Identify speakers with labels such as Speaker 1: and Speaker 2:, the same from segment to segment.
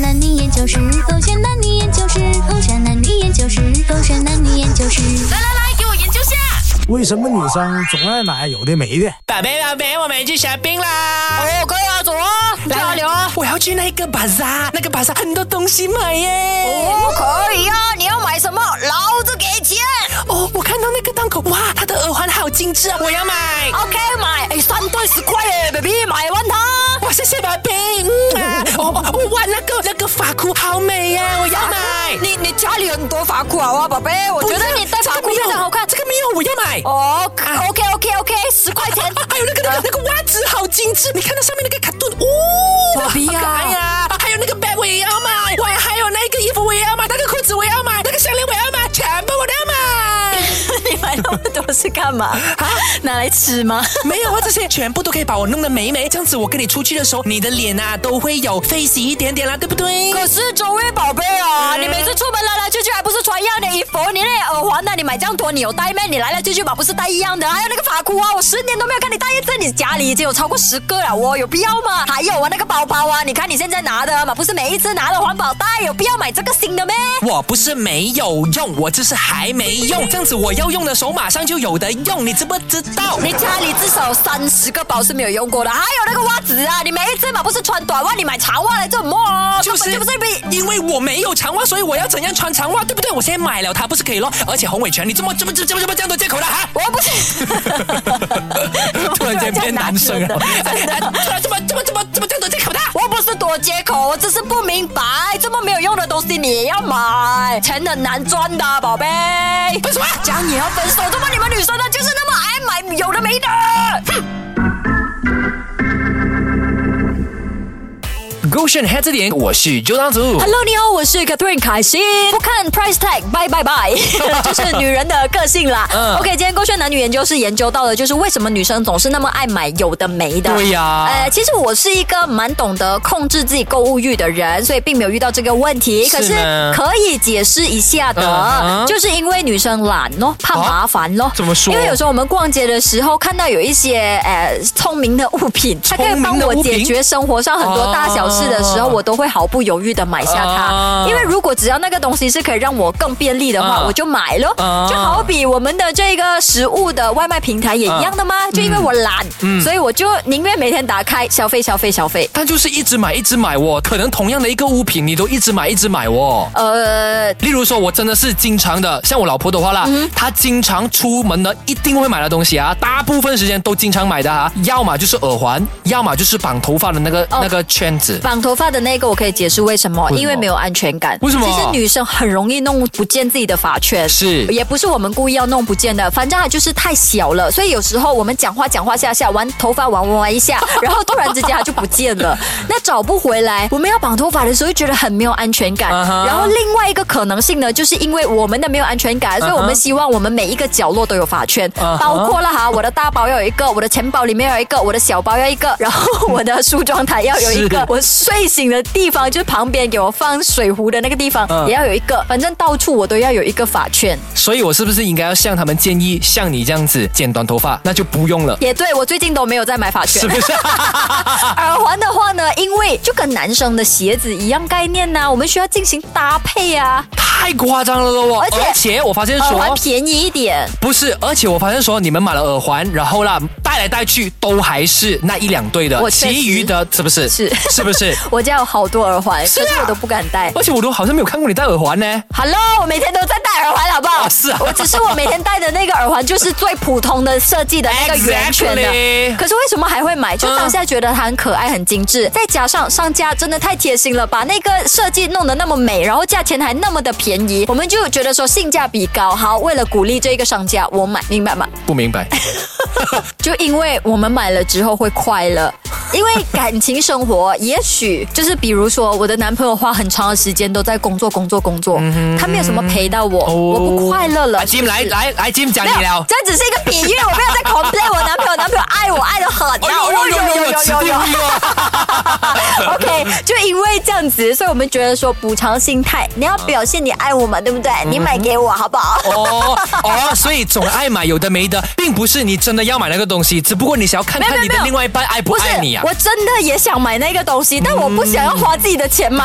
Speaker 1: 男女研究室，狗血男女研究室，狗血男女研究室，狗血男女研究室。
Speaker 2: 来来来，给我研究下。
Speaker 3: 为什么女生总爱买有的没的？
Speaker 4: 宝贝宝贝，我们去 shopping 啦！
Speaker 2: 哦，可以啊，走啊，去哪里啊？
Speaker 4: 我要去那个巴萨，那个巴萨很多东西买耶。
Speaker 2: 哦，可以啊，你要买什么，老子给钱。
Speaker 4: 哦，我看到那个档口，哇，它的耳环好精致啊，我要买。
Speaker 2: OK，买，哎，三对十块耶，baby，买完它。
Speaker 4: 哇，谢谢宝贝。 嗯啊，哦哦哦哇，那个那个发箍好美耶，
Speaker 2: 哎
Speaker 4: 我要买。
Speaker 2: 你你家里很多发箍好啊，宝贝，我觉得你戴发箍
Speaker 4: 不要
Speaker 2: 变得好看。
Speaker 4: 这个没有，我要买。
Speaker 2: 哦，OK OK OK，十块钱。
Speaker 4: 啊还有那个那个那个袜子好精致，你看它上面那个卡顿，哦，
Speaker 2: 宝贝呀
Speaker 4: 好可爱呀、啊！还有那个 bag 我也要买，我还有那个衣服我也要买，那个裤子我也要买，那个项链我也要买，全部我都要 买。啊
Speaker 5: 你买那么多是干嘛？ 拿来吃吗？
Speaker 4: 没有啊，这些全部都可以把我弄得美美，这样子我跟你出去的时候，你的脸啊都会有 face 一点点啦，对不对？
Speaker 2: 可是周薇宝贝
Speaker 4: 嗯
Speaker 2: 啊，你每次出门来来去去还不是穿一样的衣服？你那耳环呢、你买这样多，你有戴咩？你来来去去嘛不是戴一样的？还有那个发箍啊，我十年都没有看你戴一次，你家里已经有超过十个了，我有必要吗？还有啊，那个包包啊，你看你现在拿的嘛，不是每一次拿的环保袋，有必要买这个啊新的咩？
Speaker 4: 我不是没有用，我只是还没用，这样子我要用的时候马上就有的用，你知不知道？
Speaker 2: 你家里至少有三十个包是没有用过的，还有那个袜子啊，你每一次嘛不是穿短袜，你买长袜来做什么啊？
Speaker 4: 就是
Speaker 2: 根本就不是比
Speaker 4: 因为我没有长袜，所以我要怎样穿长袜，对不对？我现在买了它不是可以咯？而且洪伟全，你这么这么这么这么这样多借口了哈？
Speaker 2: 我不是，
Speaker 4: 突然间变男生啊了，
Speaker 2: 真的
Speaker 4: 突然这么这么这么这么这样多借口的？
Speaker 2: 我不是躲借口，我只是不明白，这么没有用的东西你也要买，钱很难赚的，宝贝。
Speaker 4: 为什么？
Speaker 2: 讲也要分手，怎么你们女生呢，就是那么爱买有的没的？
Speaker 4: Goshen Head 这点，我是周当主。
Speaker 5: Hello，你好，我是 Catherine 凯欣。
Speaker 2: 不看 price tag，拜拜 拜。
Speaker 5: 就是女人的个性啦。
Speaker 4: 嗯
Speaker 5: OK，今天勾选男女研究室研究到的就是为什么女生总是那么爱买有的没的。
Speaker 4: 对呀
Speaker 5: 呃，其实我是一个蛮懂得控制自己购物欲的人，所以并没有遇到这个问题。
Speaker 4: 是
Speaker 5: 可是
Speaker 4: 吗
Speaker 5: 可以解释一下的，
Speaker 4: 嗯哼啊
Speaker 5: 就是因为女生懒咯，怕麻烦咯。
Speaker 4: 怎么说
Speaker 5: 因为有时候我们逛街的时候看到有一些呃聪明的物品，它可以帮我解决生活上很多大小事的时候，
Speaker 4: 哦
Speaker 5: 我都会毫不犹豫的买下
Speaker 4: 啊
Speaker 5: 它，因为如果只要那个东西是可以让我更便利的话，
Speaker 4: 啊
Speaker 5: 我就买咯。
Speaker 4: 啊
Speaker 5: 就好比我们的这个食物的外卖平台也一样的
Speaker 4: 啊
Speaker 5: 嘛，就因为我懒，
Speaker 4: 嗯
Speaker 5: 所以我就宁愿每天打开消费消费消费。
Speaker 4: 但就是一直买，一直买哦。可能同样的一个物品，你都一直买，一直买哦。
Speaker 5: 呃，
Speaker 4: 例如说，我真的是经常的，像我老婆的话啦，她经常出门呢，一定会买的东西啊，大部分时间都经常买的啊，要么就是耳环，要么就是绑头发的那个、
Speaker 5: 哦
Speaker 4: 那个圈子。
Speaker 5: 绑头发的那个我可以解释为什么，
Speaker 4: 为什么
Speaker 5: 因为没有安全感。
Speaker 4: 为什么
Speaker 5: 其实女生很容易弄不见自己的发圈，
Speaker 4: 是
Speaker 5: 也不是我们故意要弄不见的，反正它就是太小了，所以有时候我们讲话讲话下下，玩头发玩玩玩一 下，然后突然之间它就不见了，那找不回来。我们要绑头发的时候就觉得很没有安全感。
Speaker 4: 啊哈
Speaker 5: 然后另外一个可能性呢，就是因为我们的没有安全感，所以我们希望我们每一个角落都有发圈，
Speaker 4: 啊啊哈
Speaker 5: 包括了哈，我的大包要有一个，我的钱包里面要有一个，我的小包要一个，然后我的梳妆台 要有一个
Speaker 4: 是，
Speaker 5: 我睡醒的地方，就是旁边给我放水壶的那个地方，
Speaker 4: 嗯
Speaker 5: 也要有一个，反正到处我都要有一个发圈。
Speaker 4: 所以我是不是应该要向他们建议，像你这样子剪短头发，那就不用了，
Speaker 5: 也对我最近都没有在买发圈
Speaker 4: 是。啊不是？
Speaker 5: 耳环的话呢，因为就跟男生的鞋子一样概念呐、我们需要进行搭配啊。
Speaker 4: 太夸张了咯！
Speaker 5: 而且
Speaker 4: 我发现
Speaker 5: 耳
Speaker 4: 说
Speaker 5: 环，便宜一点，
Speaker 4: 不是，而且我发现说，你们买了耳环，然后啦，戴来戴去都还是那一两对的，
Speaker 5: 我确实
Speaker 4: 其余的是不是？
Speaker 5: 是
Speaker 4: 是不是？
Speaker 5: 我家有好多耳环，
Speaker 4: 是啊
Speaker 5: 可是我都不敢戴。
Speaker 4: 而且我都好像没有看过你戴耳环呢。
Speaker 5: Hello，我每天都在戴耳环，好不好？
Speaker 4: 啊是啊
Speaker 5: 我只是我每天戴的那个耳环就是最普通的设计的那个圆圈的。
Speaker 4: Exactly
Speaker 5: 可是为什么还会买？就当下觉得它很可爱、很精致，再加上商家真的太贴心了，把那个设计弄得那么美，然后价钱还那么的便宜，我们就觉得说性价比高。好，为了鼓励这个商家，我买，明白吗？
Speaker 4: 不明白，
Speaker 5: 就因为我们买了之后会快 乐，因为感情生活也许就是比如说我的男朋友花很长的时间都在工作工作工作，
Speaker 4: 嗯
Speaker 5: 他没有什么陪到
Speaker 4: 哦
Speaker 5: 我，我不快乐了
Speaker 4: 来。Jim 啊来来来 Jim 讲
Speaker 5: 没有
Speaker 4: 你了，。
Speaker 5: 这只是一个比喻，我没有在 complain 我男朋友，男朋友爱我爱的很。
Speaker 4: 哦指定哦
Speaker 5: OK，就因为这样子，所以我们觉得说补偿心态，你要表现你爱我嘛，对不对？你买给我好不好？
Speaker 4: 哦哦，所以总爱买有的没的，并不是你真的要买那个东西，只不过你想要看
Speaker 5: 没有
Speaker 4: 看
Speaker 5: 没
Speaker 4: 你
Speaker 5: 有没
Speaker 4: 的
Speaker 5: 有
Speaker 4: 另外一半爱不
Speaker 5: 不是
Speaker 4: 爱你啊，。
Speaker 5: 我真的也想买那个东西，但我不想要花自己的钱 买。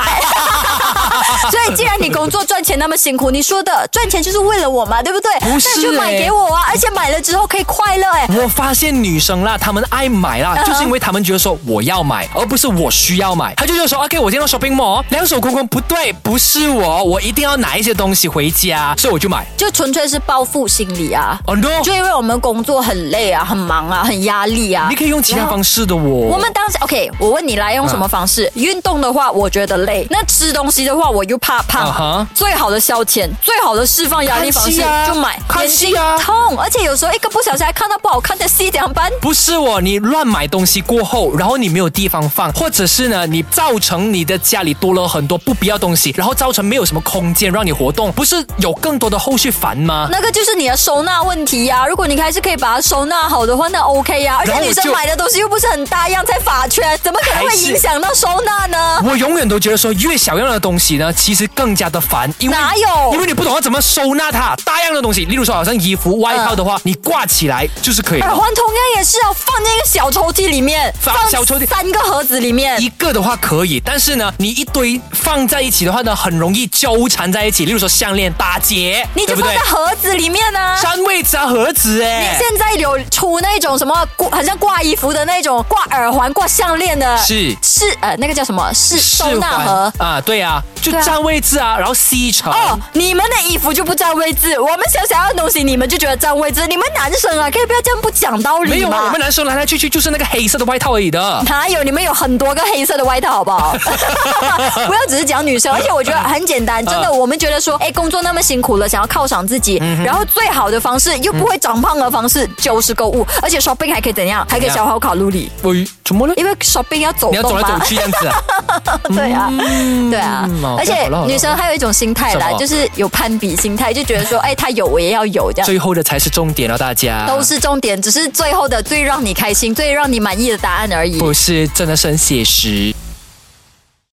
Speaker 5: 所以，既然你工作赚钱那么辛苦，你说的赚钱就是为了我嘛，对不对？
Speaker 4: 不是
Speaker 5: 那你就买
Speaker 4: 欸
Speaker 5: 给我啊！而且买了之后可以快乐哎、
Speaker 4: 我发现女生啦，她们爱买
Speaker 5: 嗯
Speaker 4: 啦，就是因为她们觉得说我要买，而不是我需要买。她就觉得说，OK，我进到 shopping mall，两手空空，不对，不是我，我一定要拿一些东西回家，所以我就买。
Speaker 5: 就纯粹是报复心理啊。
Speaker 4: 哦、no，
Speaker 5: 就因为我们工作很累啊，很忙啊，很压力啊。
Speaker 4: 你可以用其他
Speaker 5: 然后
Speaker 4: 方式的哦。
Speaker 5: 我
Speaker 4: 我
Speaker 5: 们当时 OK，我问你来用什么方
Speaker 4: 啊
Speaker 5: 式？运动的话，我觉得累；那吃东西的话，我又怕胖。
Speaker 4: 啊哈
Speaker 5: 最好的消遣，最好的释放压力方
Speaker 4: 看
Speaker 5: 式、
Speaker 4: 戏啊
Speaker 5: 就买，
Speaker 4: 看
Speaker 5: 眼睛
Speaker 4: 戏啊
Speaker 5: 痛，而且有时候一个不小心还看到不好看的戏，怎么办？
Speaker 4: 不是我，你乱买东西过后，然后你没有地方放，或者是呢，你造成你的家里多了很多不必要东西，然后造成没有什么空间让你活动，不是有更多的后续烦吗？
Speaker 5: 那个就是你的收纳问题呀、如果你还是可以把它收纳好的话，那 OK 呀、而
Speaker 4: 然
Speaker 5: 且
Speaker 4: 后我
Speaker 5: 女生
Speaker 4: 就
Speaker 5: 买的东西又不是很大样，在法圈，怎么可能
Speaker 4: 还
Speaker 5: 会
Speaker 4: 是
Speaker 5: 影响到收纳呢？
Speaker 4: 我永远都觉得说，越小样的东西呢，其实更加的烦，因为
Speaker 5: 哪有
Speaker 4: 因为你不懂要怎么收纳它。大样的东西，例如说好像衣服、外套的
Speaker 5: 啊
Speaker 4: 话，你挂起来就是可以
Speaker 5: 耳
Speaker 4: 了。
Speaker 5: 环同样也是啊，放进一个小抽屉里面，
Speaker 4: 放
Speaker 5: 放
Speaker 4: 小抽屉
Speaker 5: 三个盒子里面
Speaker 4: 一。个的话可以，但是呢，你一堆放在一起的话呢，很容易纠缠在一起。例如说项链、打结，
Speaker 5: 你就
Speaker 4: 对不
Speaker 5: 放
Speaker 4: 对
Speaker 5: 在？盒子里面啊。
Speaker 4: 占位置啊，盒子
Speaker 5: 你
Speaker 4: 哎。
Speaker 5: 现在有出那种什么挂，好像挂衣服的那种，挂耳环、挂项链的，
Speaker 4: 是
Speaker 5: 是呃那个叫什么？是收
Speaker 4: 是
Speaker 5: 纳
Speaker 4: 环
Speaker 5: 盒。
Speaker 4: 啊，对啊，就
Speaker 5: 对啊
Speaker 4: 占位置啊，然后吸尘。
Speaker 5: 哦，你们的衣服就不占位置，我们想想要的东西，你们就觉得占位置。你们男生啊，可以不要这样不讲道
Speaker 4: 没
Speaker 5: 理
Speaker 4: 有啊，我
Speaker 5: 吗
Speaker 4: 们？男生来来去去就是那个黑色的外套而已的。
Speaker 5: 哪有？你们有很多个黑色的外套，好不好？ 不要只是讲女 生，而且我觉得很简单，真的，
Speaker 4: 嗯
Speaker 5: 我们觉得说，哎，工作那么辛苦了，想要犒赏自己，然后最好的方式又不会长胖的方式
Speaker 4: 嗯
Speaker 5: 就是购物，而且 shopping 还可以怎样？还可以
Speaker 4: 怎
Speaker 5: 消
Speaker 4: 样
Speaker 5: 耗卡路里。
Speaker 4: 我怎么了？
Speaker 5: 因为 shopping 要走
Speaker 4: 嗯你要走
Speaker 5: 动
Speaker 4: 来走
Speaker 5: 嘛，
Speaker 4: 去这样子啊？
Speaker 5: 对啊，对啊
Speaker 4: 嗯好，
Speaker 5: 而且
Speaker 4: 好了好了
Speaker 5: 女生还有一种心态
Speaker 4: 什
Speaker 5: 啦，
Speaker 4: 么
Speaker 5: 就是有攀比心态，就觉得说，哎，她有我也要有这样。
Speaker 4: 最后的才是重点了，大家。
Speaker 5: 都是重点，只是最后的最让你开心、最让你满意的答案而已。
Speaker 4: 不是真的是很写实。